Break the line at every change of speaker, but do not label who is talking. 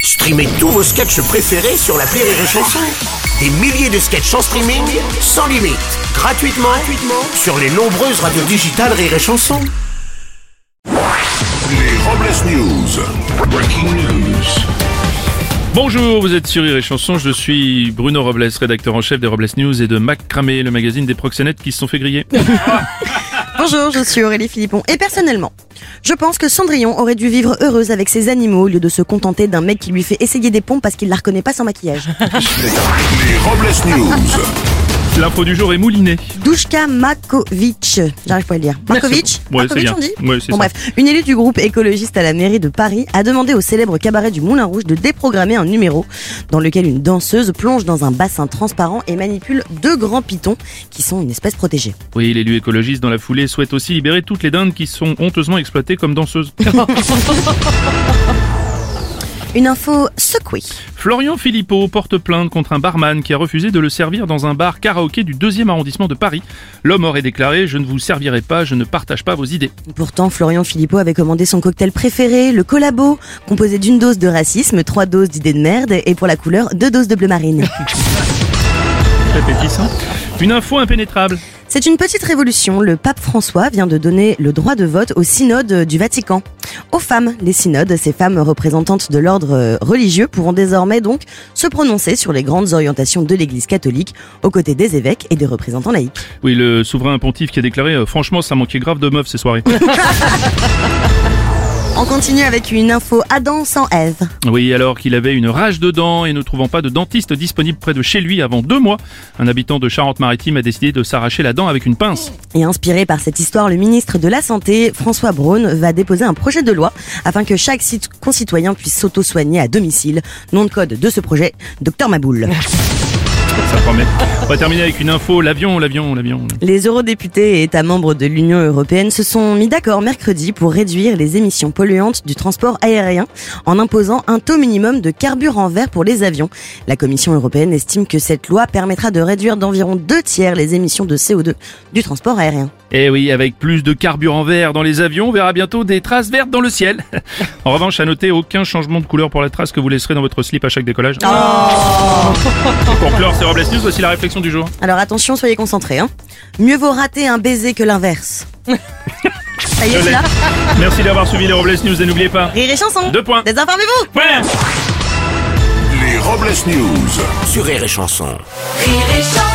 Streamez tous vos sketchs préférés sur la Rire et Chanson. Des milliers de sketchs en streaming, sans limite, gratuitement, gratuitement sur les nombreuses radios digitales Rire et Chanson.
Les Robles News. Breaking news.
Bonjour, vous êtes sur Rire et Chanson, je suis Bruno Robles, rédacteur en chef des Robles News et de Macramé, le magazine des proxénètes qui se sont fait griller.
Bonjour, je suis Aurélie Philippon et personnellement, je pense que Cendrillon aurait dû vivre heureuse avec ses animaux au lieu de se contenter d'un mec qui lui fait essayer des pompes parce qu'il la reconnaît pas sans maquillage.
Les Robles News.
L'info du jour est moulinée.
Dushka Makovic, j'arrive pas à le dire. Makovic
Ouais, c'est
Makovic
bien.
on dit
Ouais, c'est
Bon
ça.
bref, une élue du groupe écologiste à la mairie de Paris a demandé au célèbre cabaret du Moulin Rouge de déprogrammer un numéro dans lequel une danseuse plonge dans un bassin transparent et manipule deux grands pitons qui sont une espèce protégée.
Oui, l'élu écologiste dans la foulée souhaite aussi libérer toutes les dindes qui sont honteusement exploitées comme danseuses.
Une info secouée.
Florian Philippot porte plainte contre un barman qui a refusé de le servir dans un bar karaoké du 2e arrondissement de Paris. L'homme aurait déclaré « Je ne vous servirai pas, je ne partage pas vos idées ».
Pourtant, Florian Philippot avait commandé son cocktail préféré, le collabo, composé d'une dose de racisme, trois doses d'idées de merde et pour la couleur, deux doses de bleu marine.
Appétissant. Une info impénétrable.
C'est une petite révolution. Le pape François vient de donner le droit de vote au synode du Vatican. Aux femmes, les synodes, ces femmes représentantes de l'ordre euh, religieux, pourront désormais donc se prononcer sur les grandes orientations de l'Église catholique, aux côtés des évêques et des représentants laïcs.
Oui, le souverain pontife qui a déclaré euh, Franchement, ça manquait grave de meufs ces soirées ».
On continue avec une info Adam sans Ève.
Oui, alors qu'il avait une rage de dents et ne trouvant pas de dentiste disponible près de chez lui avant deux mois, un habitant de Charente-Maritime a décidé de s'arracher la dent avec une pince.
Et inspiré par cette histoire, le ministre de la Santé, François Braun, va déposer un projet de loi afin que chaque cit- concitoyen puisse s'auto-soigner à domicile. Nom de code de ce projet, Docteur Maboul.
Ça promet. On va terminer avec une info. L'avion, l'avion, l'avion.
Les eurodéputés et États membres de l'Union européenne se sont mis d'accord mercredi pour réduire les émissions polluantes du transport aérien en imposant un taux minimum de carburant vert pour les avions. La Commission européenne estime que cette loi permettra de réduire d'environ deux tiers les émissions de CO2 du transport aérien.
Eh oui, avec plus de carburant vert dans les avions, on verra bientôt des traces vertes dans le ciel. En revanche, à noter, aucun changement de couleur pour la trace que vous laisserez dans votre slip à chaque décollage. Et pour clore ces Robles News, voici la réflexion du jour.
Alors attention, soyez concentrés. Hein. Mieux vaut rater un baiser que l'inverse. Ça y est, c'est là.
Merci d'avoir suivi les Robles News et n'oubliez pas...
Rire et chanson.
Deux points.
Désinformez-vous.
Ouais
Les Robles News.
Sur Rire et Chanson.
Rire et chanson